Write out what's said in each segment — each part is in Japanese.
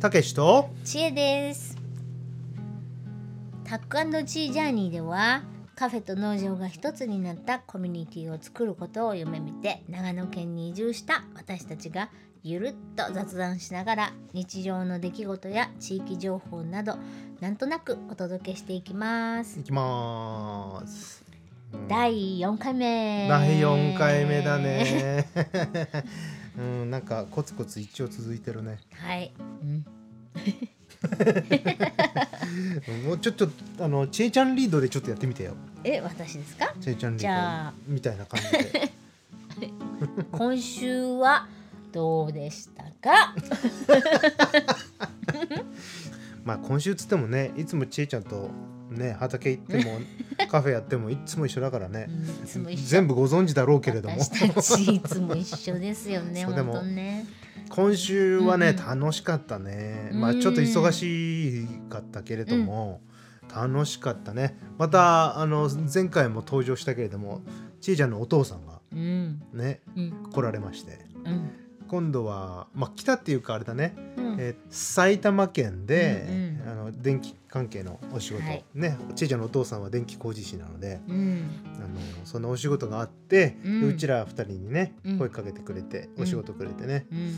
たけしとちえですタックチージャーニーではカフェと農場が一つになったコミュニティを作ることを夢見て長野県に移住した私たちがゆるっと雑談しながら日常の出来事や地域情報などなんとなくお届けしていきますいきまーす。うん第4回目第4回目だね。 うん、なんかコツコツ一応続いてるね。はい、うんうんもうちょっとあのちえちゃんリードでちょっとやってみてよ。え私ですかちえちゃんリじゃーあドみたいな感 じで。今週はどうでしたかまあ今週つってもね、いつもちえちゃんとね畑行っ てもカフェやってもいつも一緒だからね。うんいつも一緒全部ご存知だろうけれども。私たちいつも一緒ですよね そう本でも当ね今週はね、うんうん楽しかったね、うんまあちょっと忙しかったけれども、楽しかったねまたあの前回も登場したけれどもちいちゃんのお父さんがうんねうん来られましてうん今度はまあ来たっていうかあれだね、うんえー埼玉県で、うんうんあの電気関係のお仕事、はいねちいちゃんのお父さんは電気工事士なのでうんあのそのお仕事があって、でううんちら二人にねうん声かけてくれて、うんお仕事くれてね、うん行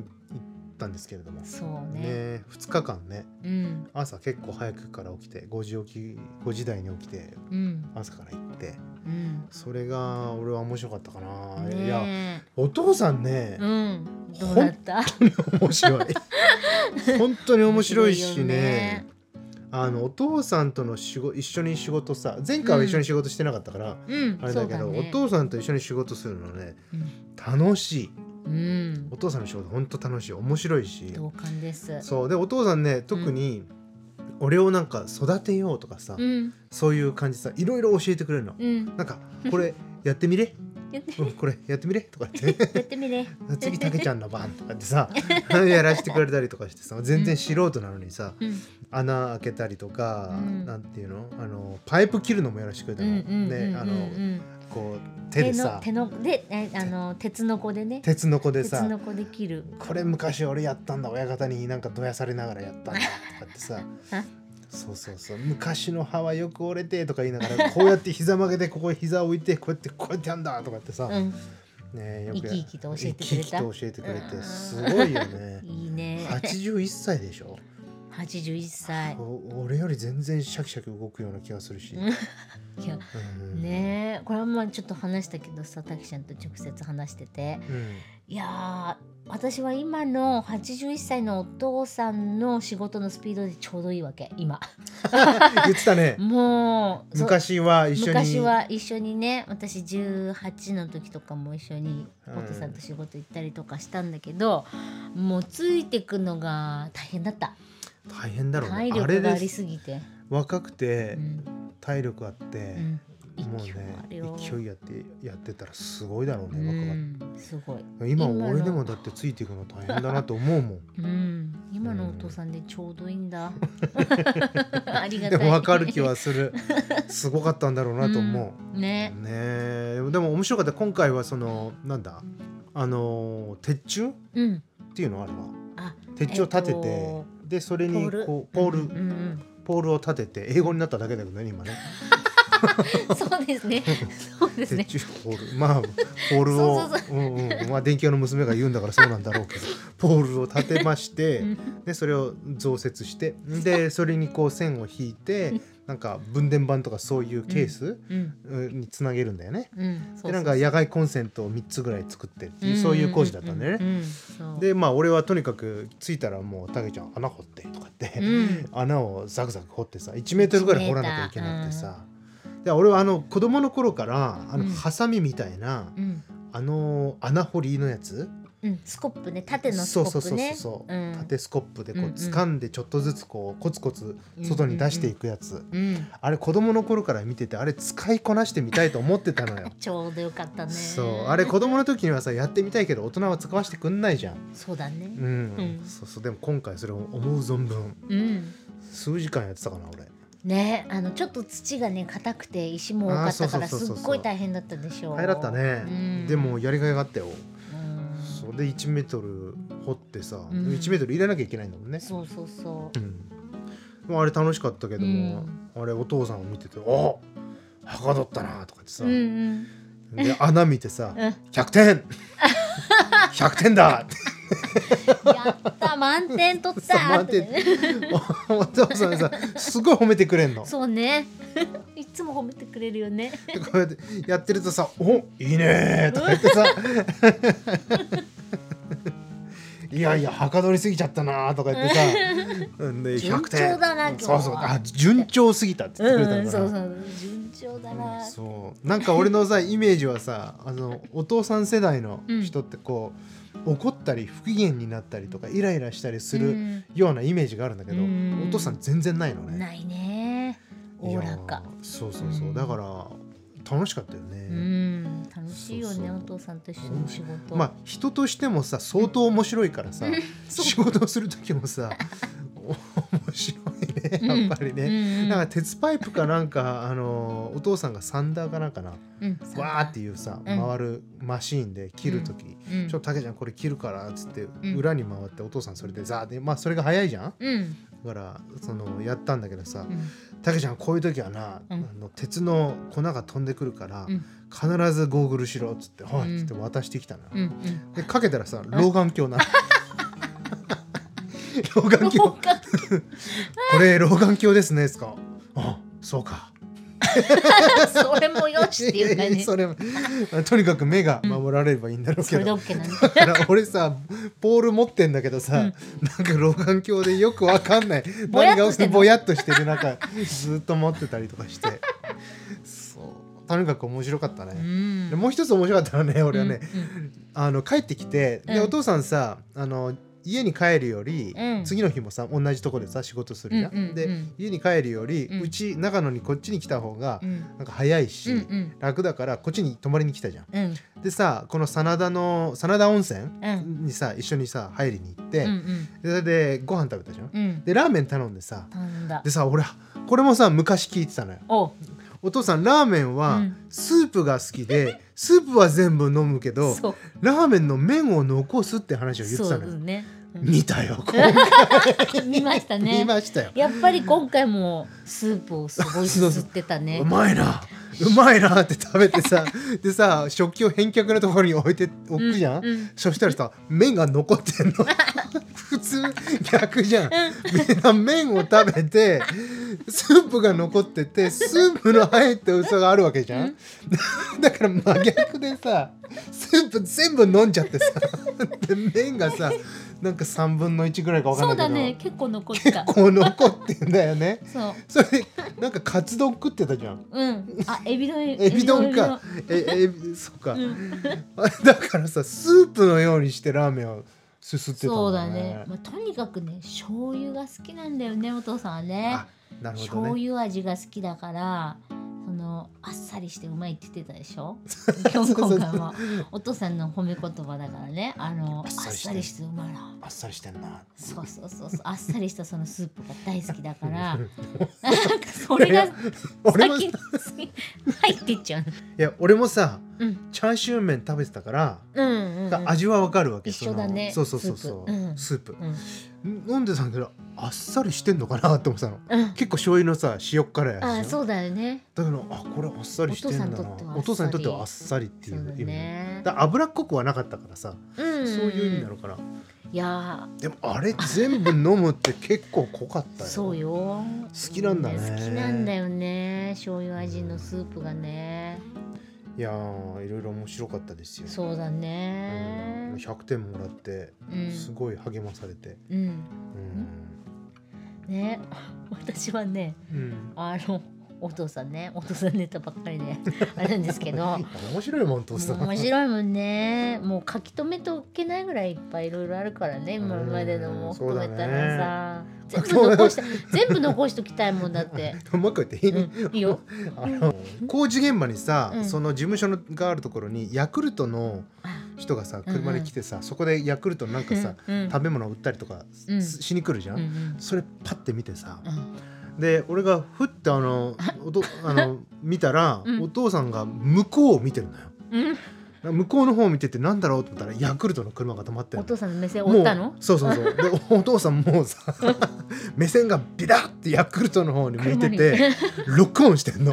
ったんですけれども。そうねね、2日間ねうん朝結構早くから起きて5時起き5時台に起きてうん朝から行ってうんそれが俺は面白かったかな、いやねお父さんえ、ねうんどうだった 面白い本当に面白いし面白いよねねあのお父さんとの仕事一緒に仕事さ前回は一緒に仕事してなかったから、うんあれそだうけだど、ねお父さんと一緒に仕事するのねうん楽しいうんお父さんの仕事本当楽しい面白いし同感ですそうでお父さんね特に俺をなんか育てようとかさ、うんそういう感じさいろいろ教えてくれるの、うんなん かこれやってみれやってうんこれやってみれとか 言ってやってみれ次たけちゃんの番とかってさ やらしてくれたりとかしてさ全然素人なのにさうん穴開けたりとか、うんなんていうのあのパイプ切るのもやらしてくれうたの、んうんうんねあのうんこう手でさ手の手のでえあの鉄の子でね鉄のこで鉄さの子で切るこれ昔俺やったんだ親方になんかどやされながらや ったんだとかってさあそうそうそう昔の歯はよく折れてとか言いながらこうやって膝曲げてここへ膝置いてこうやってこうやってやんだとかってさ、うんねえよく生き生きと教えてくれた生き生きと教えてくれうてんすごいよねいい ね81歳でしょ81歳お俺より全然シャキシャキ動くような気がするし、うんいやうんねえこれはまあちょっと話したけどさたきちゃんと直接話しててうんいやー私は今の81歳のお父さんの仕事のスピードでちょうどいいわけ今言ってた ねもうそう昔は一緒に昔は一緒にね私18の時とかも一緒にお父さんと仕事行ったりとかしたんだけど、もうついてくのが大変だった大変だろう体ねあれ力がありですすぎて若くてうん体力あってう、んもう勢いあるよね勢いやってやってたらすごいだろううね、若かっんすごいた今今の俺でもだってついていくの大変だなと思 うもんうん、今のお父さんでちょうどいいんだ。ありがたでい。も分かる気はするすごかったんだろうなと思う、うん。ね。ねえでもでも面白かった今回はそのなんだあのー鉄柱っうん。ていうのあれはあ、鉄柱を立てて、えっとでそれポにール。こうポール、うんうんポールを立てて英語になっただけだけどね今ねうん。そうですね。そうですね。鉄柱ポールまあポールをそううんうんまあ電気屋の娘が言うんだからそうなんだろ うけどポールを立てまして、うんでそれを増設してでそれにこう線を引いてなんか分電盤とかそういうケースうん。うんにつなげるんだよね。うん。でなんか野外コンセントを3つぐらい作ってっていうそういう工事だったんだよね。ね。うんうんそう。でまあ俺はとにかく着いたらもうたけちゃん穴掘ってとかって、うん。穴をザクザク掘ってさ1メートルぐらい掘らなきゃいけなくてさ、で俺はあの子供の頃からあのうんハサミみたいな、うん。あの穴掘りのやつ、うん。スコップね、縦のスそコうそッうそプうね。そう、うん縦スコップでこううんうん掴んでちょっとずつこうコツコツ外に出していくやつ、うん。あれ子供の頃から見ててあれ使いこなしてみたいと思ってたのよちょうどよかったね。そうあれ。子供の時にはさやってみたいけど大人は使わせてくんないじゃんそうだうんね。、うんそうそうでも今回それを思う存分うん。数時間やってたかな俺ね、あのちょっと土がね硬くて石も多かったからあーそうそうそうすそっごうい大変だったでしょう。大変だったね、うんでもやりがいがあったよ、うんそれで1メートル掘ってさ、うん1メートル入れなきゃいけないんだもんね。そうそうそうんでもあれ楽しかったけども、あれお父さんを見てて「おはかどったな」とかっう。てさ、うんうん。で穴見てさうん「100点 100点だ!」ってやった満点取ったそう満点ってねお父さんさすごい褒めてくれんの。そうねいつも褒めてくれるよねでこうやってやってるとさ「おいいね」とか言っ てさ「いやいやはかどりすぎちゃったな」とか言ってさ「うんで順100調点だな今日そうそうはあ順調すぎた」って言ってくれたうんんだそうなそう順調だなうんそうなんか俺のさイメージはさあのお父さん世代のうん人ってこう、怒ったり不機嫌になったりとかイライラしたりすうるんようなイメージがあるんだけど、うんお父さん全然ないのね。ないねおおらかいやーそうそうそう、うんだから楽しかったようね。ん楽しいよねそうそうお父さんと一緒の仕事まあ人としてもさ相当面白いから さ、そう仕事をする時も さお面白いねやっぱりね。うんなんか鉄パイプかなんか、あのーお父さんがサンダーかなんかなうんわーっていうさ、うん回るマシーンで切る時、うんちょっとたけちゃんこれ切るからっつって、ん裏に回ってお父さんそれでザーってまあそれが早いじゃんうんだからそのやったんだけどさうん「たけちゃんこういう時はな、うんあの鉄の粉が飛んでくるから、うん必ずゴーグルしろ」っつって「はい」うんっつって渡してきたな、うんうんでかけたらさ老眼鏡な 老眼鏡老こ眼鏡れ老眼鏡ですねっつうかあそうかそれもよしっていうかね それもとにかく目が守られればいいんだろうそけれでど、 OK なんだだから俺さポール持ってんだけどうさ、んなんか老眼鏡でよくわかんないぼやっとしてんのぼやっとしてる中ずっと持ってたりとかしてそうとにかく面白かったうね、んでもう一つ面白かったのはね俺はね、うんあの帰ってきてで、うんお父さんさあの家に帰るより、うん次の日もさ同じとこでさ仕事するじゃん、うんうんうんで家に帰るより、ううんち長野にこっちに来た方がうんなんか早いし、うんうん楽だからこっちに泊まりに来たじゃん。うんでさこの真田の真田温泉うんにさ一緒にさ入りに行って、うんでそれでご飯食べたじゃん。うんうんでラーメン頼んでさ頼んだでさ俺これもさ昔聞いてたのよ。おお父さんラーメンうはんスープが好きで、スープは全部飲むけどそうラーメンの麺を残すって話を言ってそたうのでよす。ねうん見たよ 今回見ましたね 見ましたよ。やっぱり今回もスープをすごいすすってたねう。まいなうまいなって食べてさでさ食器を返却のところに置いて置くじゃん、うんうんそしたらさ麺が残ってんの 普通逆じゃんみんな麺を食べてスープが残っててスープの入った薄があるわけじゃん、だから真逆でさスープ全部飲んじゃってさで麺がさなんか3分の1ぐらいかわかんそなうだいけどね、結構残った。こう残ってんだよねそう、それでなんかカツ丼食ってたじゃんうん、あ、エビ丼、 エビ丼か。えエビそうか、 だからさスープのようにしてラーメンをすすってたんだ、ね、そうだね、まあ、とにかくね、醤油が好きなんだよね、お父さんはね。あなるほ醤どね油味が好きだから。そのあっさりしてうまいって言ってたでしょう そうそう今回もお父さんの褒め言葉だからねあのああっっさりしてさりしてうまいなあっさりしてんなそうそうそうそうあっさりしたそのスープが大好きだから なんかそれがいや俺も先いに入ってっちゃう。や俺もさうん、チャーシュー麺食べてたから、うん、うん。味はわかるわけ一緒だねそのそうそうそうそうススープ,、うん、飲んでたんだけどあっさりしてんのかなって思ってたのうん、結構醤油のさ塩辛い味じゃんあ、そうだよね。だからあこれあっさりしてんだなおお父父ささんんににとっとっててははああっっさりってそいううだ意味ねねだ。から脂っこくはなかったからさ、うん、そういう意味なの。かないやでもあれ全部飲むって結構濃かっー、たよそうよ。好きなんだね好きなんだよね。醤油味のスープがね。いやーいろいろ面白かったですよそうだねうん。100点もらってうんすごい励まされてうん、うん、ね、私はね、うんあの。お父さんね、お父さんネタばっかりで、あれなんですけど。 面白いもんお父さん面白いもんねもう書き留めておけないぐらいいっぱいいろいろあるからね今までのも含めたらさ、うん全部そうだね残した全部残しときたいもんだって、もう一個言っていい、うん、いいよあの工事現場にさ、うんその事務所のがあるところにヤクルトの人がさ車で来てさ、そこでヤクルトのなんかさ、うん食べ物を売ったりとかす、うんしに来るじゃん、うんうんそれパッて見てさ、うんで俺がふっ てあのおとあの見たら、うんお父さんが向こうを見てるのようん向こうの方を見ててなんだろうと思ったらヤクルトの車が止まっておる父さんの目線も追うったのそうそうそうでおお父さんもうさ 目線がビラッてヤクルトの方に向いててロックオンしてん の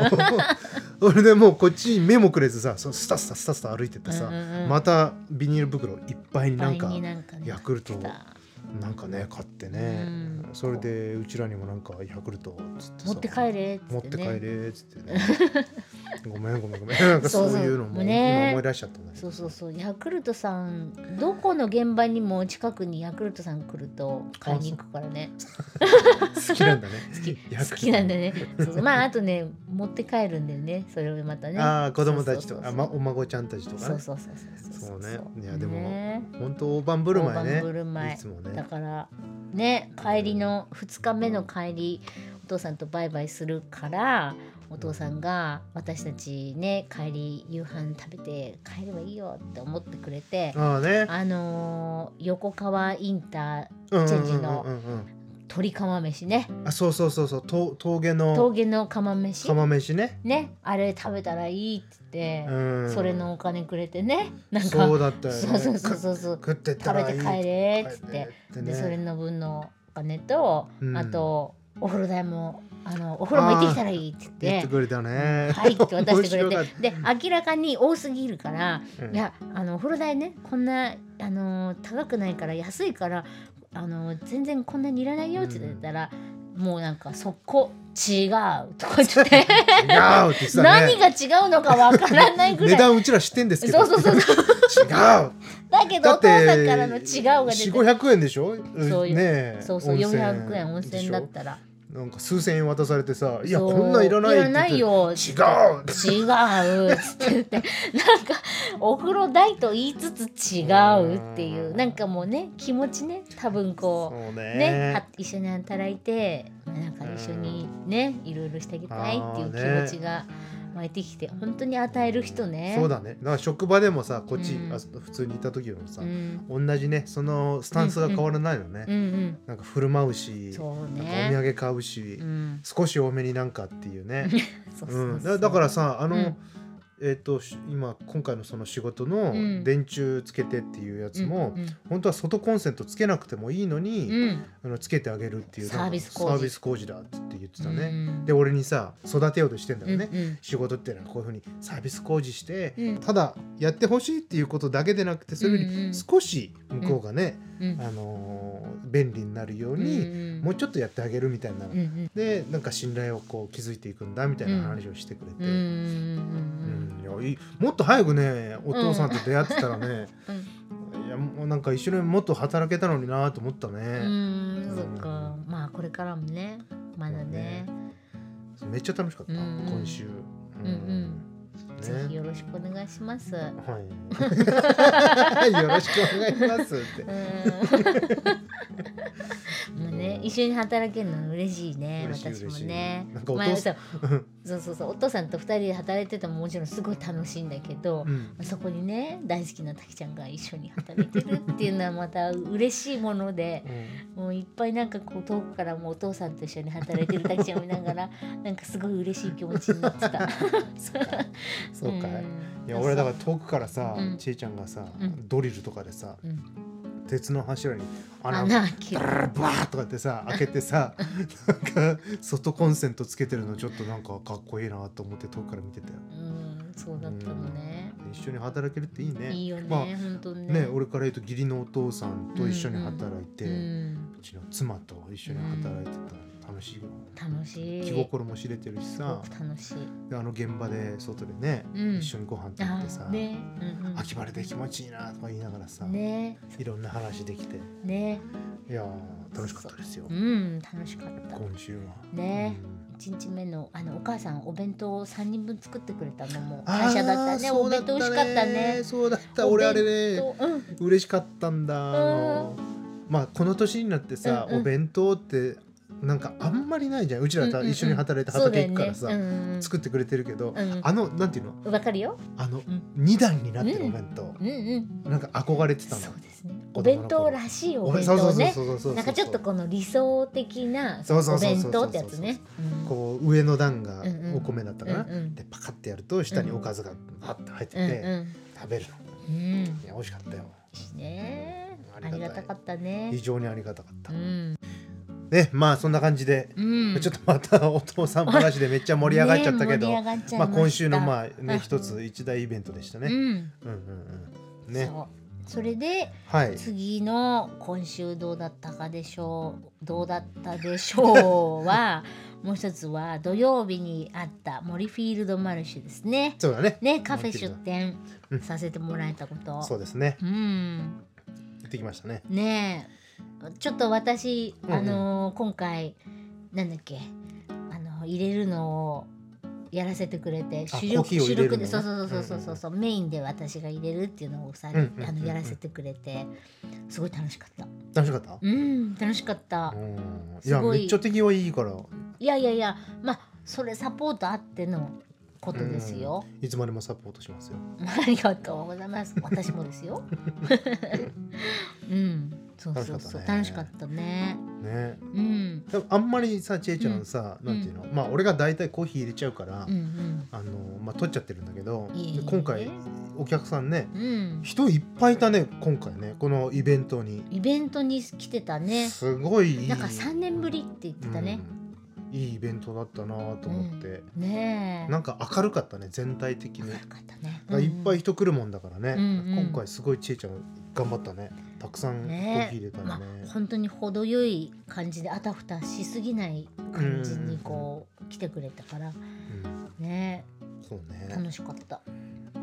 俺でもうこっちに目もくれずさそうスタスタスタスタ歩いてってさ、うんうんうんまたビニール袋いっぱいになんか倍になんかねヤクルトを来たなんかね買ってね、うんそれでうちらにもなんかヤクルトっつってさ持って帰れっつ持っってて帰ねれっつってね ごめんごめんごめんなんかそういうのそうそもうね今思い出しちゃったんだけそどうそうそうヤクルトさんどこの現場にも近くにヤクルトさん来ると買いに行くからね好きなんだねヤクル好トきなんだねそうそうまああとね持って帰るんだよねそれをまたねああ子供たちとかそうそうそうあまお孫ちゃんたちとかそうねそうそうそうそうねいやでもね本当大盤振る舞いね大盤振る舞いいつもだねからね帰りの2日目の帰りお父さんとバイバイするからお父さんが私たちね帰り夕飯食べて帰ればいいよって思ってくれてああねあのー横川インターうんチェンジのうんうんうん鳥釜飯ねうんあそうそうそうそうと峠の峠の釜飯釜飯ねねあれ食べたらいいっつって、うんそれのお金くれてねなんかそうだったよねそうそうそうそうそう食ってった食らべいいて帰れっつって。帰れでそれねの分のお金と、うんあとお風呂代もあのお風呂も行ってきたらいいって言っ言ってて。くれたねはいって渡してく面白かれってで明らかに多すぎるから、たうんいやあのお風呂代ねこんなあの高くないから安いからあの全然こんなにいらないよって言ったら、もうなんかそこ違うとか言って 違うって言ってた ね何が違うのかわからないぐら値い段うちら知ってんですけどそうそうそう違うだけどだおっ父さんてからの違うが出て四五百円でしょそういうねえそうそう温泉400円温泉だったらなんか数千円渡されてさ「いやそうこんなんいらないい」っらてない言っよて「違う!」って違うっつって言ってなんかお風呂代と言いつつ違うっていうなんかもうね気持ちね多分こそううねねは一緒に働いてなんか一緒にねいろいろしてあげたいっていう気持ちが湧いてきて本当に与える人ね。そうだねだから職場でもさこっち、うんあ普通にいた時よりもさう、ん同じねそのスタンスが変わらないのね、うんなんか振る舞うしうん、そうなんかお土ね。産買うし、うん、少し多めになんかっていうね、そうう、そうんそうだだからさあの、うんえっ、とし今今回のその仕事のうん電柱つけてっていうやつも、うん本当は外コンセントつけなくてもいいのに、うんうんあのつけてあげるっていうなんサーかビス工事サービス工事だっつって言ってたうね、んで俺にさ育てようとしてんだよね、うんうん仕事っていうのはこういうふうにサービス工事して、うんただやってほしいっていうことだけでなくてそれようんうりん少し向こうがね、うんあのー便利になるよううんに、うんもうちょっとやってあげるみたいな、うんうんでなんか信頼をこう築いていくんだみたいな話をしてくれうて、んうんうんうんいやいいもっと早くねお父さんと出会ってたらね、うんいやもうなんか一緒にもっと働けたのになと思ったうね、ーん、そっかう。まあこれからもね、まだね、めっちゃ楽しかった、うん今週、んうんぜひねよろしくお願いします。うはい よろしくお願いしますって ーんもうね、一緒に働けるの嬉しいね、嬉しい私もね嬉しいなんか。お父まあさそうそうそうそう、お父さんと二人で働いててももちろんすごい楽しいんだけどう。んそこにね大好きな滝ちゃんが一緒に働いてるっていうのはまた嬉しいものでうんもういっぱいなんかこう遠くからもうお父さんと一緒に働いてるだけちゃんを見なが らなんかすごい嬉しい気持ちになってた。そうかいんいや俺だから遠くからさ、うんちえちゃんがさ、うんドリルとかでさうん鉄の柱に穴を穴開けるバーッとかってさ開けてさなんか外コンセントつけてるのちょっとなんかかっこいいなと思って遠くから見てたようんそうだったのね。一緒に働けるっていいねいいよね、まあ本当ね。ね、俺から言うと義理のお父さんと一緒に働いて、ううんちの妻と一緒に働いてたら楽しいよ、楽しい。気心も知れてるしすさごく楽しい。であの現場で外でね、うん一緒にご飯食べてさ、あね、うんうん、秋晴れで気持ちいいなとか言いながらさ、ねいろんな話できてね、いやー楽しかったですようん楽しかった。今週は。ねうん一日目のあのお母さんお弁当を三人分作ってくれたのもあー会社だったね。そおうだ弁当美味しかったね。そうだった俺あれねお弁当うん嬉しかったんだあのまあこの年になってさ、うんうんお弁当ってなんかあんまりないじゃんうちらうさんうんうん一緒に働いてそうだ畑よ行くねからさ、うんうん作ってくれてるけど、うんあのなんていうのわかるよ。あの、ん二段になってるお弁当、うんうん。なんか憧れてたのそうですね。お子供の弁頃当らしいお俺弁そうそ当うそうね。そうそうそうなんかちょっとこの理想的なそうそうおそう弁そう当ってやつね。うんこう上の段がうんうんお米だったかな、うんうんでパカってやると下におかずがバッて入ってて、うんうん食べるうんのいや美味しかったよねありあがたいりがたかった非ね常にありがたかった、うんねまあそんな感じで、うんちょっとまたお父さん話でめっちゃ盛り上がっちゃった けど、ね盛り上がっちゃいままあした今週のまあうんね一つ一大イベントでしたね、うんうん、うんうんねそうそれではい次の今週どうだったかでしょうどうだったでしょう はもう一つは土曜日にあった森フィールドマルシェですねそうだねねカフェ出店うんさせてもらえたことそうですねうん行ってきましたねねえちょっと私、うんうんあのー今回なんだっけあの入れるのをやらせてくれてあコーヒーを入れるのねでそうそうそうそうそうそう、メインで私が入れるっていうのをさ、うんうんうんうんあのやらせてくれてすごい楽しかった楽しかったうん楽しかった、うんいすやごいめっちゃ手際いいからいやいやいやまあそれサポートあってのことですよ、いつまでもサポートしますよありがとうございます。私もですよ。うん、そうそうそう、楽楽ししかかっったね。ねうん、多分あんまりさちえちゃんさ、んなんていうのまあ俺が大体コーヒー入れちゃうから、うん、あのまあ取っちゃってるんだけどいえいえで今回お客さんねうん、うん、人いっぱいいたね今回ねこのイベントに、イベントに来てたね。すごいいいなんか三年ぶりって言ってたね。うんいいイベントだったなと思って、ねえ。なんか明るかったね全体的によかったね。だからいっぱい人来るもんだからね、うんうん今回すごいちえちゃん頑張ったねたくさんコーねヒー入れたまよねあ、本当に程よい感じであたふたしすぎない感じにこう来てくれたからうんねそうね楽しかった。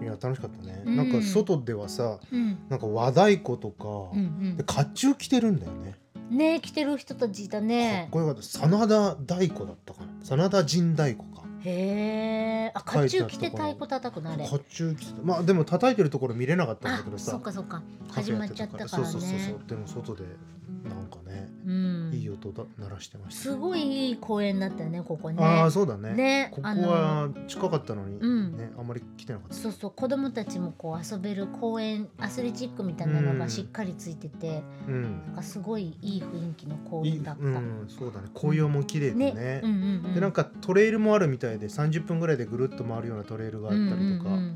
いや楽しかったね、うんなんか外ではさうん、なんか和太鼓とか、うんで甲冑着てるんだよねうん。ねえ来てる人たちいたかねっ。こよかった真田太鼓だったかな真田陣太鼓かへえ。あ、甲書いて冑あった着て太鼓叩くのあれ。甲冑着てたまあでも叩いてるところ見れなかったんだあけど、さそっかそっか。カフ始ェまやってちゃったかそうらそうそうそねう。でも外でなんかね、うん。いい音だ鳴らしてましたすごいいい公園だったよね、ここね。ああそうだねねここあのは近かったのに、うんね、あんまり来てなかったそうそう、子供たちもこう遊べる公園、アスレチックみたいなのうがんしっかりついてて、うんなんかすごいいい雰囲気の公いい園だった。うん、そうだね紅葉も綺麗でねね、うんうんうん。でなんかトレイルもあるみたいで30分ぐらいでぐるっと回るようなトレイルがあったりとかうんうあん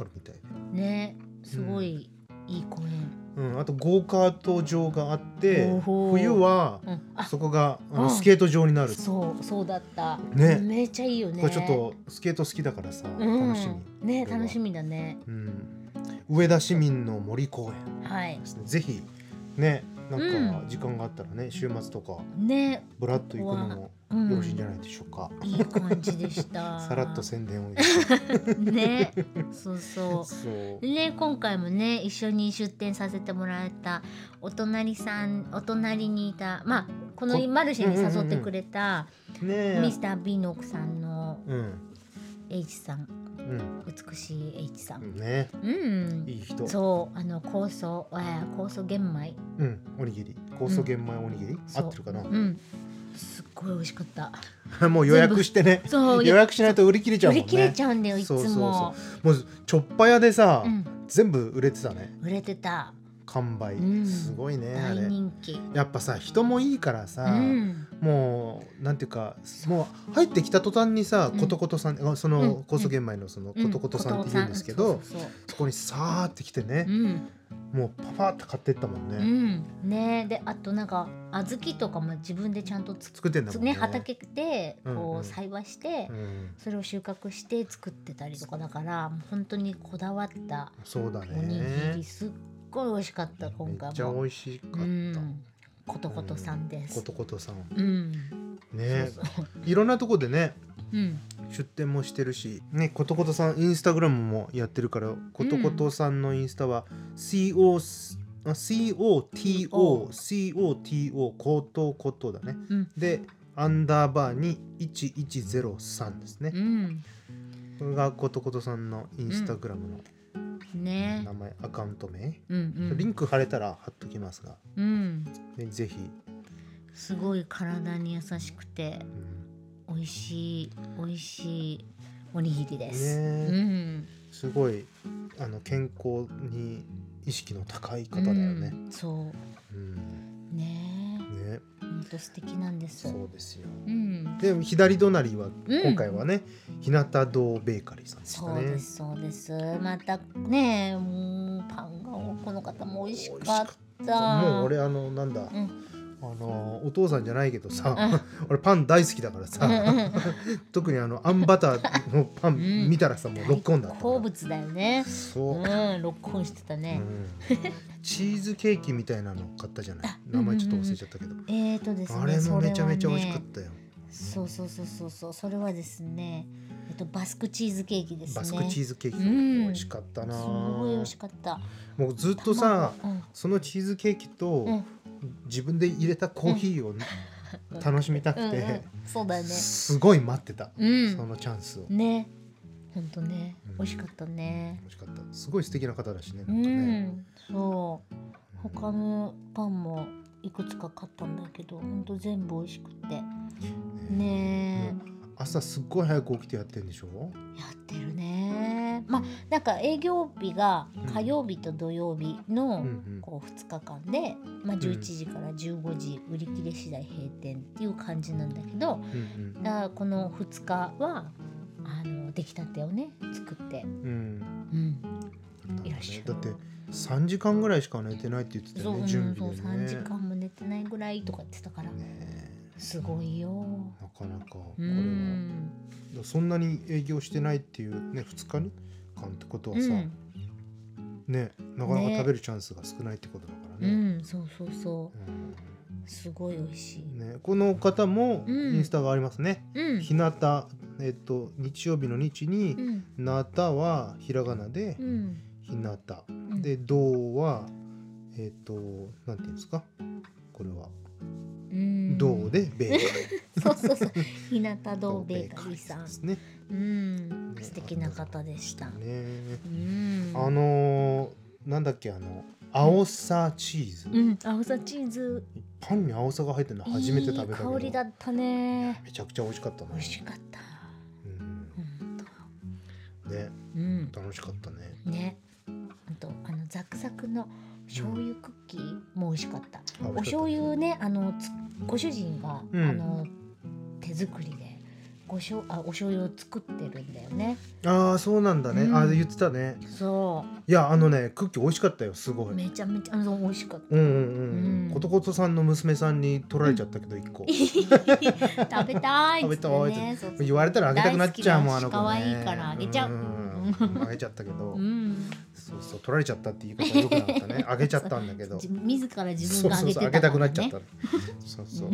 るみたいで、うんね、すごいいい公園。うんあとゴーカート場があっておほ冬はうん。あ、そこがあうんのスケート場になる、そうそうだった。ねめっちゃいいよね。これちょっとスケート好きだからさ、うん楽しみ、ね、これは楽しみだね。うん、上田市民の森公園はいで。すねぜひねなんうか時間があったらね、週末とかね、ブラッと行くのもうん、よろしいんじゃないでしょうか、いい感じでした。 さらっと宣伝をね、そう そそうう。でね、今回もね一緒に出店させてもらったお隣さんお隣にいたまあこのこマルシェに誘ってくれたねミえスター B の奥さんのうん、 H さんう美しい H さんん、ねうんいい人そうあの酵素えー酵素玄米うん、おにぎり高素玄米おにぎり、そう合ってるかうなんすっごい美味しかった もう予約してねそう予約しないと売り切れちゃう売もんりね切れちゃうんだよいつそうそうもそうもうちょっぱ屋でさ、うん全部売れてたね売れてた完売、うんすごいねあ大れ人気やっぱさ人もいいからさ、うんもうなんていうかもう入ってきた途端にさ、うんことことさんあそうのん酵素玄米のそのうことことさんって言うんですけど、ことさんそうそうそこにさーって来てねそう、うんもうパパって買ってったもんね、うんねであとなんか小豆とかも自分でちゃんとつ作ってんだもんねね畑でうんこううん栽培して、うん、それを収穫して作ってたりとかだからもう本当にこだわったそうだおにぎりねすっごい美味しかった今め回っちゃ美も味しかっうた、んことことさんですことことさんうんねそうそういろんなとこでねうん出店もしてるしねことことさんインスタグラムもやってるからことことさんのインスタは CO あ COTO COTO ことことだねうんでアンダーバーに1103ですねうんこれがことことさんのインスタグラムのね名前、アカウント名うんリンク貼れたら貼っときますが、うんうんね、ぜひ、すごい体に優しくてうん美味しい美味しいおにぎりです。うねん、すごいあの健康に意識の高い方だよね。うんそううんねねえ、本当素敵なんです。そうですよ。うん、で左隣はうん今回はね、日向堂ベーカリーさんでしたそうでねすそうですまたねうんパンがこの方も美味しかったもう俺あのなんだ、うんあのお父さんじゃないけどさ、うん 俺パン大好きだからさ、うんうん 特にあのあんバターのパうんン見たらさもうロックオンだったから好物だよねそうう、んロックオンしてたうね、んチーズケーキみたいなの買ったじゃないあ名前ちょっと忘れちゃったけど、えーとですねあれもめちゃめちゃ美味しかっそれはねたよ、そうそうそうそうそうそれはですねえっとバスクチーズケーキですねバスクチーズーズケーキ、うん美味しかったなすごい美味しかったもうずっとさ卵そのチーズケーキとうんうん自分で入れたコーヒーをうん楽しみたうんくうて、んそうだよねすごい待ってた、うんそのチャンスを、ね本当ねうん美味しかったね美味しかったすごい素敵な方だしねなうんかね、んそう他のパンもいくつか買ったんだけど本当全部美味しくてねえ朝すっごい早く起きてやってんでしょやってるねまあなんか営業日が火曜日と土曜日の、うんうんこう2日間で、まあ、11時から15時売り切れ次第閉店っていう感じなんだけどうんだからこの2日はあの出来たてをね作って、うんうんうん、なんだいねらっしゃるだって3時間ぐらいしか寝てないって言ってたそう,、うよねん、準そう備でね3時間も寝てないぐらいとか言ってたからねすごいよ。えなかなかこうれはん、だそんなに営業してないっていうね2日間ってことはうさ、んねなかなかね食べるチャンスが少ないってことだからうね。ん、そうそうそうんうすごい美味しい。ね、この方もうんインスタがありますね。うん日向、えっと、日曜日の日うに、んなたはひらがなでう、んひなた。うんで、どうは、えっと、なんていうんですか。これは、うんどうで、ベーそうそうそう日向カ堂リー。ベーカリーさんで、すね。うん、ね素敵な方でした。ね。うん、あのー、なんだっけ、あの、青さチーズ。うん、青さチーズパンに青さが入ってるの初めて食べたけいいど香りだったねめちゃくちゃ美味しかったな美味しかったうん本ね当うん楽しかったねねあとあのザクザクの醤油クッキーも美味しかった、あ美味しかったお醤油ねあのつご主人が、うんあの手作りでごしょうあお醤油を作ってるんだよねああそうなんだね、うんああ言ってたねそいやあのねクッキー美味しかったよすごういめちゃめちゃあの美味しかったうんうんううんん、ことことさんの娘さんに取られちゃったけど一個、食べたいっつって食べたいねっそうそう言われたらあげたくなっちゃうもんあ大好きだの子、ね、し可愛いからあげちゃうんうんあげちゃったけど、うんそうそう取られちゃったって言い方よくなか ったねあげちゃったんだけど自自ら自分そうがあそうげそうあてげたたくかならっちゃっねた、そうそう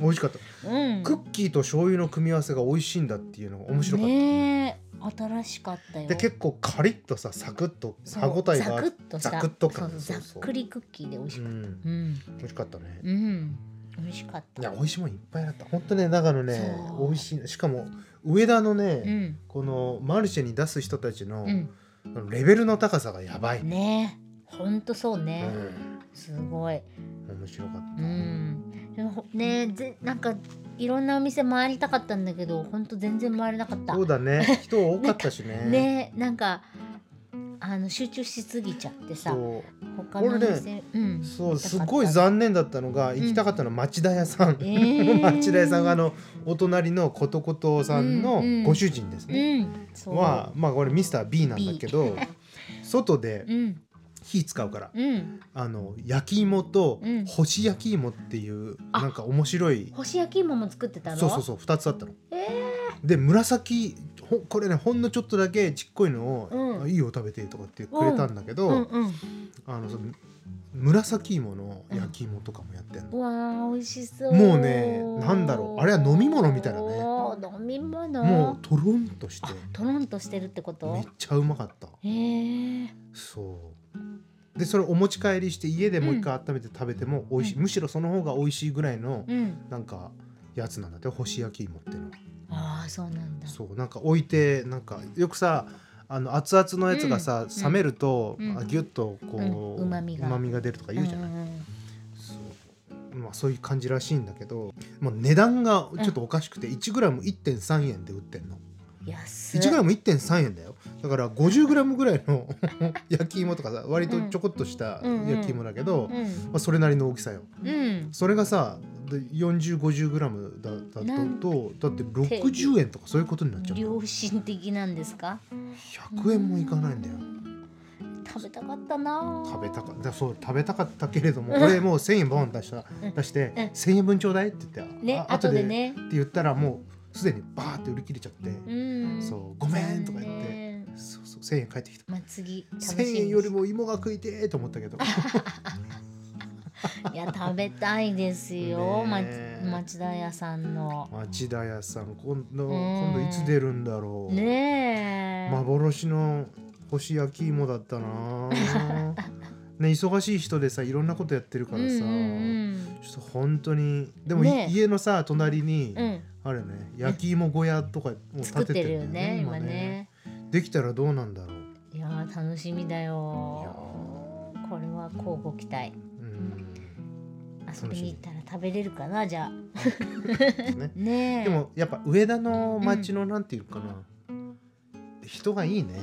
美味しかったうんクッキーと醤油の組み合わせが美味しいんだっていうのが面白かった、ねえ新しかったよで結構カリッとさサクッとそう歯ごたえがあザっクッとしたザクッと感そうそうざそっうくりクッキーで美味しうかったうん、ん美味しかったね、うん、美味しかっいたや美味しいもんいっぱいあった本当ねだからねそう美味しいしかも上田のね、うんこのマルシェに出す人たちの、うんあのレベルの高さがやばい、ねえほんとそううね、ん、すごい面白かった、うんでもほねえぜなんかいろんなお店回りたかったんだけどほんと全然回れなかったそうだね人多かったし ねねえなんかあの集中しすぎちゃってさそ他のお俺店、うんうそう見たかったすごい残念だったのが、行きたかったのは町田屋さん、えー 町田屋さんがあのお隣のことことさんのうんうんご主人ですね、うんそうはまあこれミスター B なんだけど外でうん火使うからうんあの焼き芋とうん干し焼き芋っていうあなんか面白い干し焼き芋も作ってたのそうそうそう2つあったの。えで紫ほこれねほんのちょっとだけちっこいのをうん「あいいよ食べて」とかってくれたんだー、けうんどうんあのその紫芋の焼き芋とかもやってんの。うわー美味しそうもうねなんだろうあれは飲み物みたいだねおー飲み物もうとろんとしてあトロンとしてるってことめっちゃうまかった。へえそうでそれお持ち帰りして家でもう一回温めて食べても美味しい、うむしろその方が美味しいぐらいのうんなんかやつなんだって干し焼き芋っていうのはああそうなんだそうなんか置いてなんかよくさあの熱々のやつがさ、うん冷めると、うんあギュッとこう、うん旨味が旨出るとか言うじゃない、んんそうまあそういう感じらしいんだけど、まあ、値段がちょっとおかしくて 1g1.3 円で売ってんの、うん安い 1g 1.3円だよだから 50g ぐらいの 焼き芋とかさ割とちょこっとした焼き芋だけど、うんまあ、それなりの大きさようんそれがさ 4050g だだなんとだって60円とかそういうことになっちゃうんだよ良心的なんですか100円もいかないんだよ食べたかったな食べたかだそう食べたかったけれどもうん俺もう1,000円ボン出したうん出してうん1,000円分ちょうだいって言って、ねあ後後ででねって言ったらもうすでにバーって売り切れちゃって、うんそうごめんとか言って残念そうそう1,000円返ってきたまあ次楽しみに1,000円よりも芋が食いてーと思ったけ どいや食べたいですよ、まねえ町田屋さんの町田屋さん今度うん今度いつ出るんだろう、ねえ、幻の干し焼き芋だったな あね忙しい人でさいろんなことやってるからさ、うんうんちょっと本当にでも、ねい家のさ隣に、うん、うんあるね焼き芋小屋とかもう作建ってててるるよんだね今ねできたらどうなんだろういやー楽しみだいやよこれは交互期待うん遊びに行ったら食べれるかなじゃあねねえ でもやっぱ上田の町のなんていうかな、人がいいね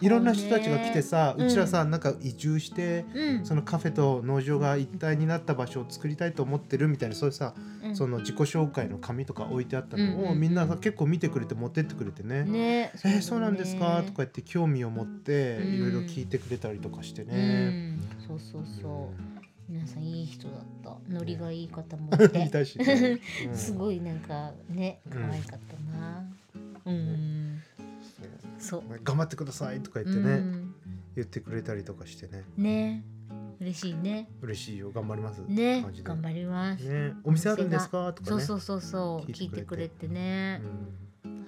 いろんな人たちが来てさうんうちらさ、なんか移住してうんそのカフェと農場が一体になった場所を作りたいと思ってるみたいなそういうさ、うんその自己紹介の紙とか置いてあったのを、うんみんなさ結構見てくれて持ってってくれてねねえーそうなんですか?」とか言って興味を持ってうんいろいろ聞いてくれたりとかしてうね。んそうそうそう皆さんいい人だったノリがいい方もういんい てたしね、 うんすごいなんかねん可愛かったなうんそう頑張ってくださいとか言ってね、うん言ってくれたりとかしてねね嬉しいね嬉しいよ頑張りますね感じで頑張りますねお店あるんですかとかそねうそうそうそう聞聞いいててくくれれてねうん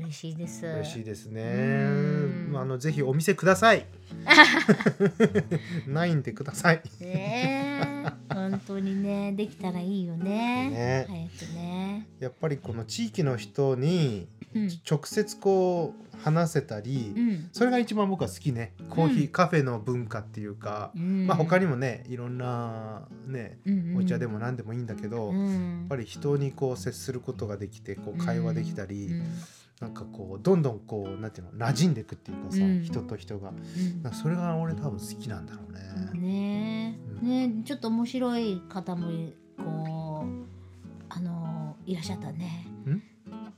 嬉しいです嬉しいですねうんまああのぜひお店くださ いないんでくださいねえ本当にねできたらいいよねね早くねやっぱりこの地域の人にうん直接こう話せたり、うんそれが一番僕は好きねコーヒー、うんカフェの文化っていうか、うんまあ他にもねいろんなねお茶でも何でもいいんだけど、うやっんぱり人にこう接することができてこう会話できたり、うんなんかこうどんどんこうなんていうの馴染んでいくっていうかさ、うん人と人がうんなんかそれが俺多分好きなんだろうね。ねうえねえちょっと面白い方もいこうあのいらっしゃったねん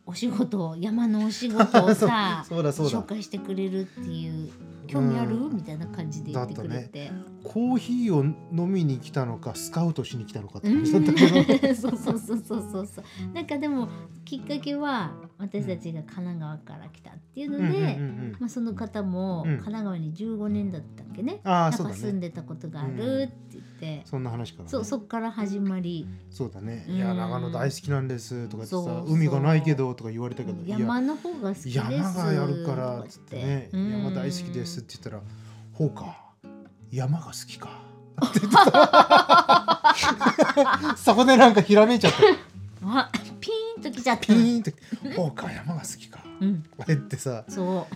お仕事を山のお仕事をさ そうだそうだ紹介してくれるっていう興味ある、うんみたいな感じで言ってくれて、コーヒーを飲みに来たのかスカウトしに来たのかってう感んじだったけ ど、そうそうそうそうそうそうなんかでもきっかけは私たちが神奈川から来たっていうのうで、んうんうんうん、まあ、その方もうん神奈川に15年だったっけね、ああなそんうかだ住んねでたことがあるって言って、そんな話から、ね、そうそっから始まり、そうだね、うんいや長野大好きなんですとか言ってさそう海がないけどとか言われたけど、いや山の方が好きです山がやるからっつってね、とか言って山大好きですっうんて言ったら、ほうか山が好 きかそこでなんかひらめいちゃったあピーンときちゃったピーンってほうか山が好きかうんあれってさそ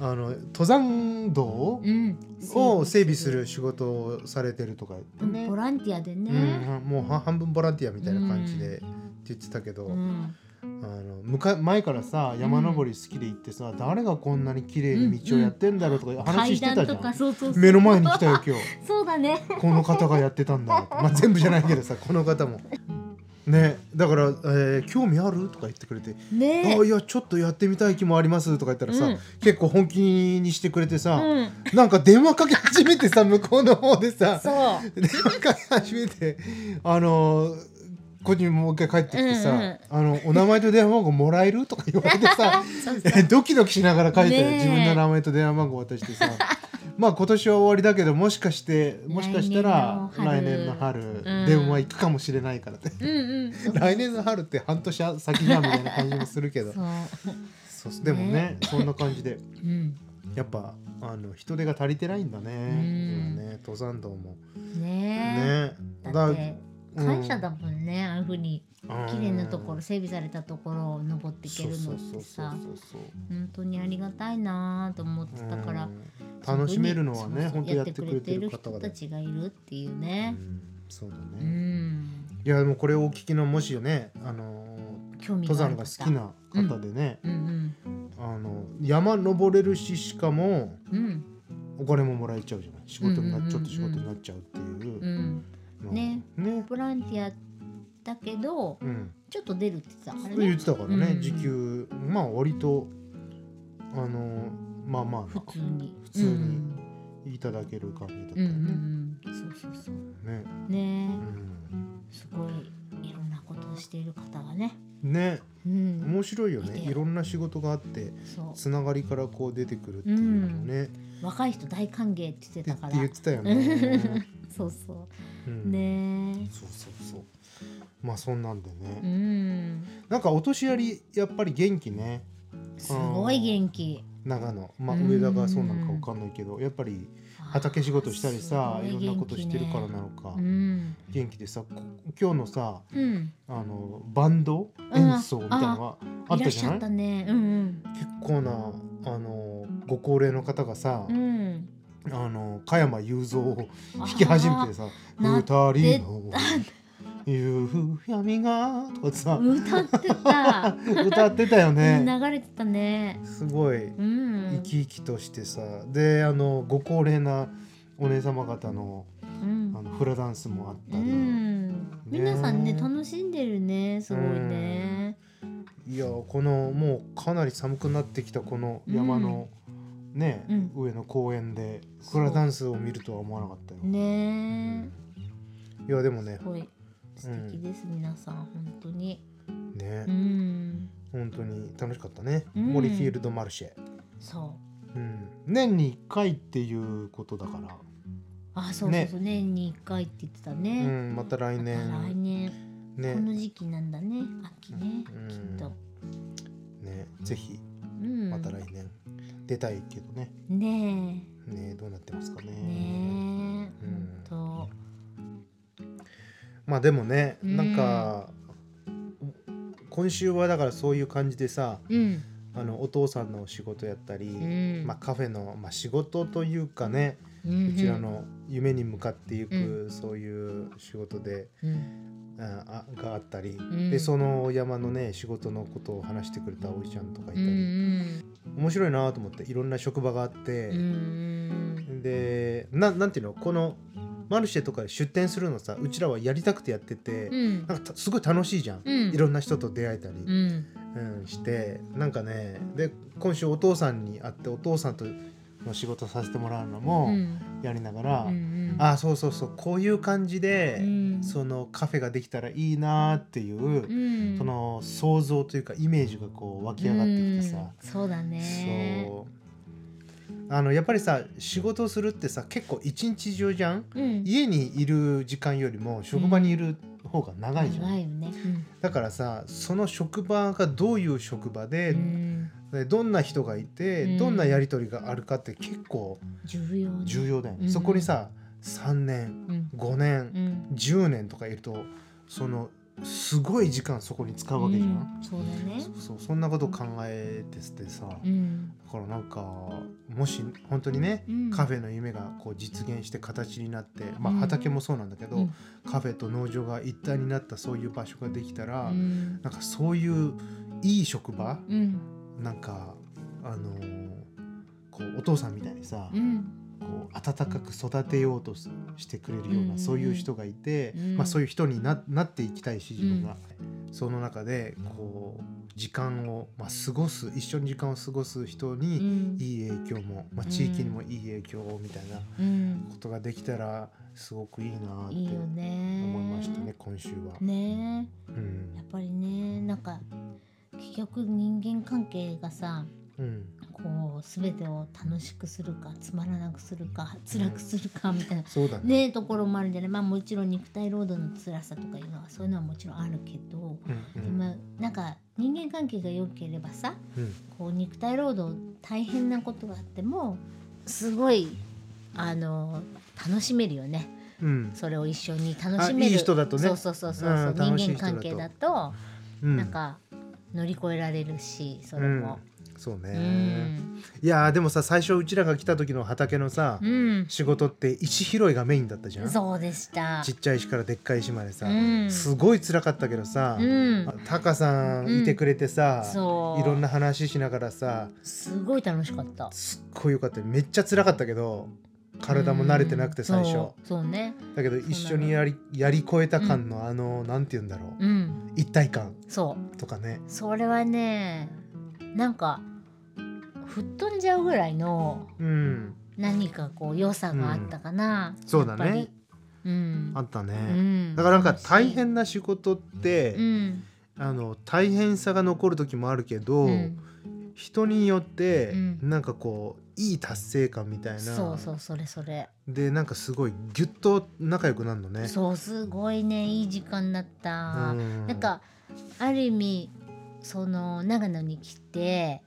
あの登山道う、うん、を整備する仕事をされてるとか言ってね、ボランティアでね、うん、もう半分ボランティアみたいな感じでって言ってたけど、うんあの向か前からさ山登り好きで行ってさ、誰がこんなに綺麗に道をやってんだろうとか話階して段たじゃとん、かそうそうそう目の前に来たよ今日そうだねこの方がやってたんだまあ全部じゃないけどさこの方もねだから、えー興味ある?」とか言ってくれて「あねいやちょっとやってみたい気もあります」とか言ったらさ、うん結構本気にしてくれてさ、うんなんか電話かけ始めてさ向こうの方でさそう で分かり始めてあのこっちにもう一回帰ってきてさ「うんうんあのお名前と電話番号もらえる?」とか言われてさ そうえドキドキしながら書いて、ねえ自分の名前と電話番号渡してさまあ今年は終わりだけどもしかしてもしかしたら来来年年のの春春うん電話行くかもしれないからって うんうんそう来年の春って半年先じゃんみたいな感じもするけどそうそうでもねねそんな感じでうんやっぱあの人手が足りてないんだね,、んね登山道もねねえだってうん感謝だもんね、ああいうふうに綺麗なとこうんろ整備されたところを登っていけるのってさそうそうそうそう本当にありがたいなと思ってそうたから、うん楽しめるのはねそう本そ当うやってくれてる方人々たちがいるっていうねうんそうだうん、ねいやでもこれをお聞きのもしよねあのー興味登がある山が好きな方でねうんうんああの山登れるししかもうんお金ももらえちゃうじゃない仕事になうんうんうんうんちょっと仕事になっちゃうっていううのんがねねボランティアだけどうんちょっと出るってさあれ言っねてたからうんうねん時給まあ割とあのまあま普通に普通にうんあいただける感じだったうんうよねんうんそうそうそうねねうんすごいいろんなことをしている方がねねうん面白いよね見てよいろんな仕事があってそつながりからこう出てくるっていうのもね、う若い人大歓迎って言ってでたってから言ってた よね。そうそうんうねそうそうそうまあそんなんでね、うんなんかお年寄りやっぱり元気ねすごい元気長野まあうん上田がそうなんかわかんないけどやっぱり畑仕事したりさあいーすろご元気ねんなことしてるからなのか、うん元気でさこ今日のさうんあのバンド演奏みたいなのがあいらっったしじゃゃっなたいねうん結構なあのご高齢の方がさ、うんうんあの加山雄三を弾弾き始めてさ「な二って人の夕闇が」とかさ歌ってた、歌ってたよね。流れてたねすごいうん生き生きとしてさであのご高齢なお姉様方のうんあのフラダンスもあったうり、ん皆さんね楽しんでるねすごいねいやこのもうかなり寒くなってきたこの山の、ね、うん上の公園でそうフラダンスを見るとは思わなかったよ。ねいやでもねすごい素敵です皆さん本当にね、うん本当に楽しかったね、うんモリフィールドマルシェ、そううん、年に1回っていうことだから、あそうそうそう年に一回って言ってたうねん、またまた来来年年こねの時期なんだね秋ねうんきっとねぜひうんまた来年出たいけどねねねどうなってますかねえねえうん本まあでもねうんなんか、今週はだからそういう感じでさ当うんあのお父さんのお仕事やったり、うんまあ、カフェの、まあ、仕事というかね、うちらの夢に向かっていく、うそういう仕事で、うんああがあったり、んでその山のね仕事のことを話してくれたおじちゃんとかいたうり、ん面白いなと思っていろんな職場があって。うんうんでななんていうのこのマルシェとかで出店するのさうちらはやりたくてやってて、うんなんかたすごい楽しいじゃん、うんいろんな人と出会えたり、うんうんしてなんかねで今週お父さんに会ってお父さんとの仕事させてもらうのうもんやりながら、うんあそうそうそうこういう感じで、うんそのカフェができたらいいなっていう、うんその想像というかイメージがこう湧き上がってきてさ。うんそうだねそうあのやっぱりさ仕事するってさ結構一日中じゃんうん家にいる時間よりも職場にいる方が長いじゃん、長いよねだからさその職場がどういう職場うで、んでどんな人がいて、うんどんなやり取りがあるかって結構重要ね重要だよね、うんそこにさ3年うん5う年、ん10年とかいるとそのすごい時間そこに使うわけじゃん、うんそうだねそうそんなこと考えててさ、うんだからなんかもし本当にね、うんカフェの夢がこう実現して形になって、まあ、うん畑もそうなんだけど、うんカフェと農場が一体になったそういう場所ができたら、うんなんかそういういい職場うんなんかあのーこうお父さんみたいにさ、うんこう温かく育てようとすしてくれるような、うんそういう人がいて、うんまあ、そういう人にななっていきたいし自分が、その中でこう時間を、まあ、過ごす一緒に時間を過ごす人に、うんいい影響も、まあ、うん地域にもいい影響をみたいなうんことができたらすごくいいなっいいてよね思いましたね今週は。ねうえやっんぱりねなんか結局人間関係がさうん、こう全てを楽しくするかつまらなくするか辛くするかみたいなそうだねねところもあるんじゃないまあもちろん肉体労働の辛さとかいうのはそういうのはもちろんあるけど、うんうんまあなんか人間関係が良ければさうんこう肉体労働大変なことがあってもすごいあの楽しめるよねうんそれを一緒に楽しめあるいい人だとねそうそうそうそうそううん楽し人い人だ間と関係だとうんなんか乗り越えられるしそれも、うんそううね、んいやーでもさ最初うちらが来た時の畑のさ、うん仕事って石拾いがメインだったじゃんそうでしたちっちゃい石からでっかい石までさ、うんすごい辛かったけどさ、うんあタカさうんんいてくれてさ、そういろんな話しながらさすごい楽しかったすっごいよかっためっちゃ辛かったけど体も慣れてなくて最うん初そうそうねだけど一緒にやりやり越えた感のあの、なんて言うんだろう、うん一体感そうとかねそれはねなんか吹っ飛んじゃうぐらいのうん何かこう良さがあったかな、そうだねやっぱりうんあったね、うんだからなんか大変な仕事って、うんあの大変さが残る時もあるけど、うん人によってうんなんかこういい達成感みたいな、そうそうそれそれでなんかすごいギュッと仲良くなるのね。そうすごいねいい時間だっうた、なんかある意味その長野に来て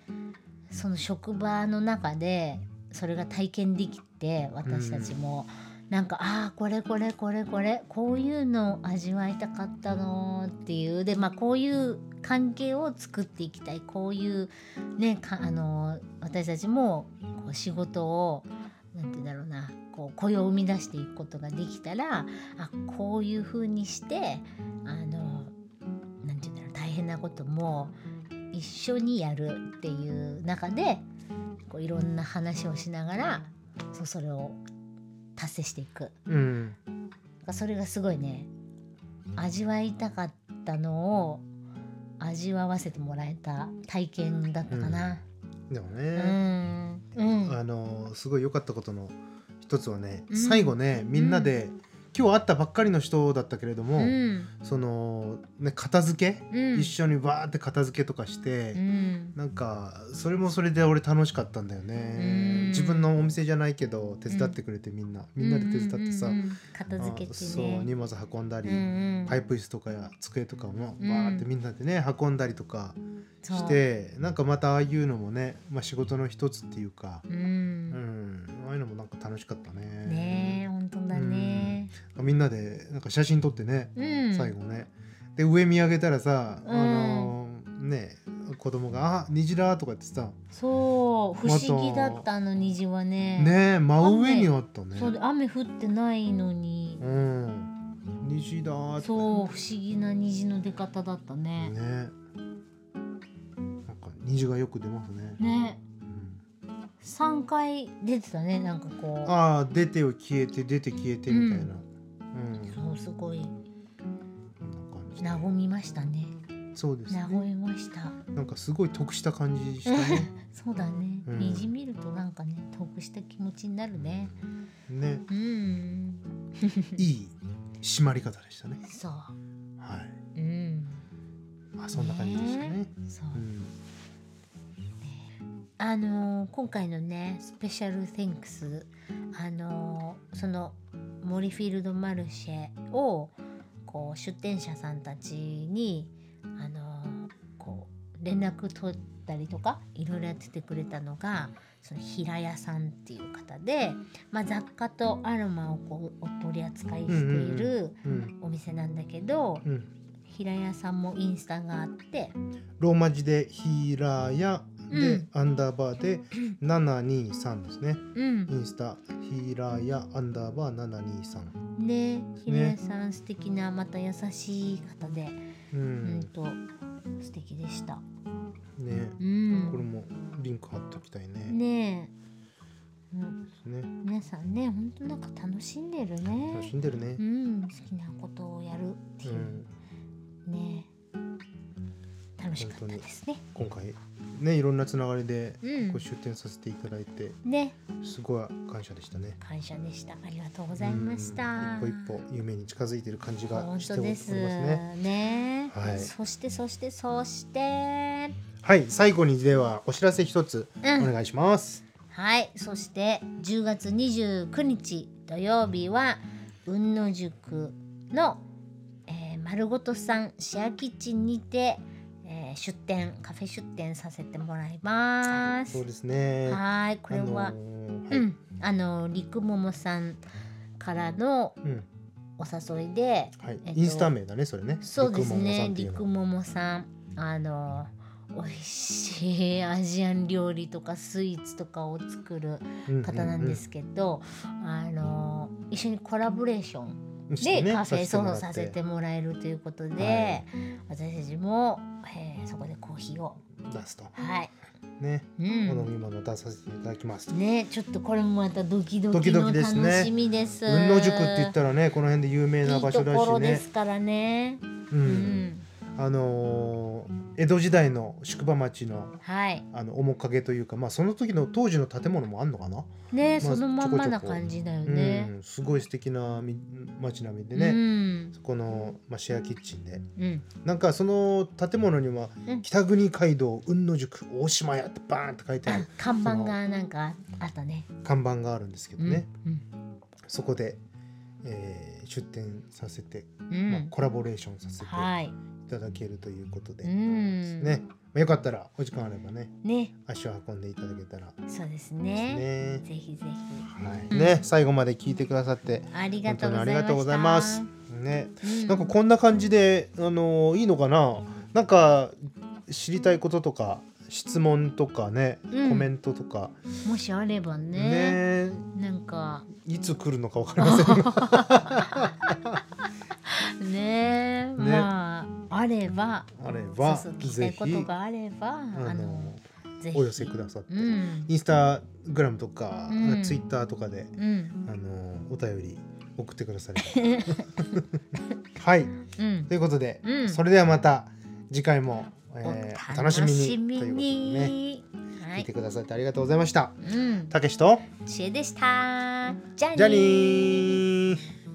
その職場の中でそれが体験できて私たちも、なんかああこれこれこれこれこういうのを味わいたかったのっていうでまあこういう関係を作っていきたいこういうねかあの私たちもこう仕事をなんて言うんだろうなこう雇用を生み出していくことができたらあこういうふうにしてあのなんて言うんだろう大変なことも一緒にやるっていう中でこういろんな話をしながらそうそれを達成していくうんだからそれがすごいね味わいたかったのを味わわせてもらえた体験だったかな。でもうね、ん、うんあのすごい良かったことの一つはね、うん最後ねみんなで、今日会ったばっかりの人だったけれども、うんその、ね、片付け、うん一緒にバーって片付けとかして。うんなんかそれもそれで俺楽しかったんだようんね自分のお店じゃないけど手伝ってくれてみんな、みんなで手伝ってさ、うんうんうん片付けてねあそう荷物運んだり、うんうんパイプ椅子とかや机とかもうんバーってみんなでね運んだりとかそうして、なんかまたああいうのもね、まあ、仕事の一つっていうか、ううんんああいうのもなんか楽しかったねねえ本当だね、みんなでなんか写真撮ってね、うん、最後ねで上見上げたらさ、うんあのーね子供が「あ虹だ」とか言ってさそう不思議だったあの虹はねねえ真上にあったねそうで雨降ってないのに、うん虹だーってそう不思議な虹の出方だったねねなんか虹がよく出ますね、ねうん三回出てたねなんかこうああ出てを消えて出て消えてみたいなうん、そそうすごいんな感じ和みましたねそうです和ねみましたなんかすごい得した感じしたね そうだね、うん虹見るとなんかね得した気持ちになるねねうんいい締まり方でしたねそうはいうんまあそんな感じでしたねねそううんあのー今回のねスペシャル Thanks あのーそのモリフィールドマルシェをこう出店者さんたちにあのーこう連絡取ったりとかいろいろやっててくれたのがその平屋さんっていう方で、まあ、雑貨とアロマをこうお取り扱いしているうんお店なんだけどうん、平屋さんもインスタがあってローマ字で「ヒーラーや」で、うんアンダーバーで723ですねうんインスタヒーラーやアンダーバー723ね平屋さん素敵なまた優しい方で、ううんん、と素敵でした。ねうこれん。もリンク貼っときたいねねえ、うん、ね皆さんね本当なんか楽しんでる楽ねし。んでるね、うん好きなことをやるっていううんねえ楽しかったですね。今回ねいろんなつながりでうんご出店させていただいてねすごい感謝でしたね。感謝でしたありがとうごございました。一歩一歩夢に近づいている感じが本して当おりでますすね。ねえはいそしてそしてそしてはい最後にではお知らせ一つうおん願いします。はい、そして10月29日土曜日は雲野塾の、えー、丸ごとさんシェアキッチンにて、えー出店カフェ出店させてもらいますそう。ですね。はい、これは、あのーうはいん、あの陸ももさんからのうんお誘いで、はいえっとインスタ名だねそれね。そうですね、りく陸ももももさん、あの美味しいアジアン料理とかスイーツとかを作る方なんですけど、あの一緒にコラボレーションうんうんうんでねカフェそうささせせててもらえるということで、はい私たちも、えーそこでコーヒーをもらって出すとはい、ねう好ん、みもの出させていただきますとねちょっとこれもまたドキドドキキドのキですね楽しみです。雲野塾って言ったらねこの辺で有名ない場い所とだこしろでねすからね。ううんん、あのー江戸時代の宿場町のはい。あの面影というかまあその時の当時の建物もあんのかなね、まあそのまんまなちょこちょこ感じだよね。うん、すごい素敵なみ街並みでうね、ん、そこの、まあ、シェアキッチンでうん、なんかその建物にはうん「北国街道雲野塾大島屋」ってバーンって書いて あある看板がなんかあったね。看板があるんですけどうんね、そこで、えー出店させて、うん、うまあ、ん、コラボレーションさせていはい。ただけるということで、うん、ね、まあ、よかったらお時間あればねね、足を運んでいただけたらでそうですすね。ね。ぜひぜひ。はい、ね最後まで聞いてくださってありが本と当うにごあざりいまがした。とうございます。ね、うんなんかこんな感じで、あのーいいのかななんか知りたいこととか質問とかね、うんコメントとかもしあればねね、なんかいつ来るのか分かりません がねまああれば、あれそうばそう聞きたいぜひ、ことがあれば、ああののぜひお寄せくださって、うんインスタグラムとか、うんツイッターとかで、うんあのーお便り送ってくださ ればはいうんということで、うんそれではまた次回も、おえーお楽楽ししみみににということでね、は聞いいてくださってありがとうございました。うんたけしと知恵でしたじゃあねーじゃあねー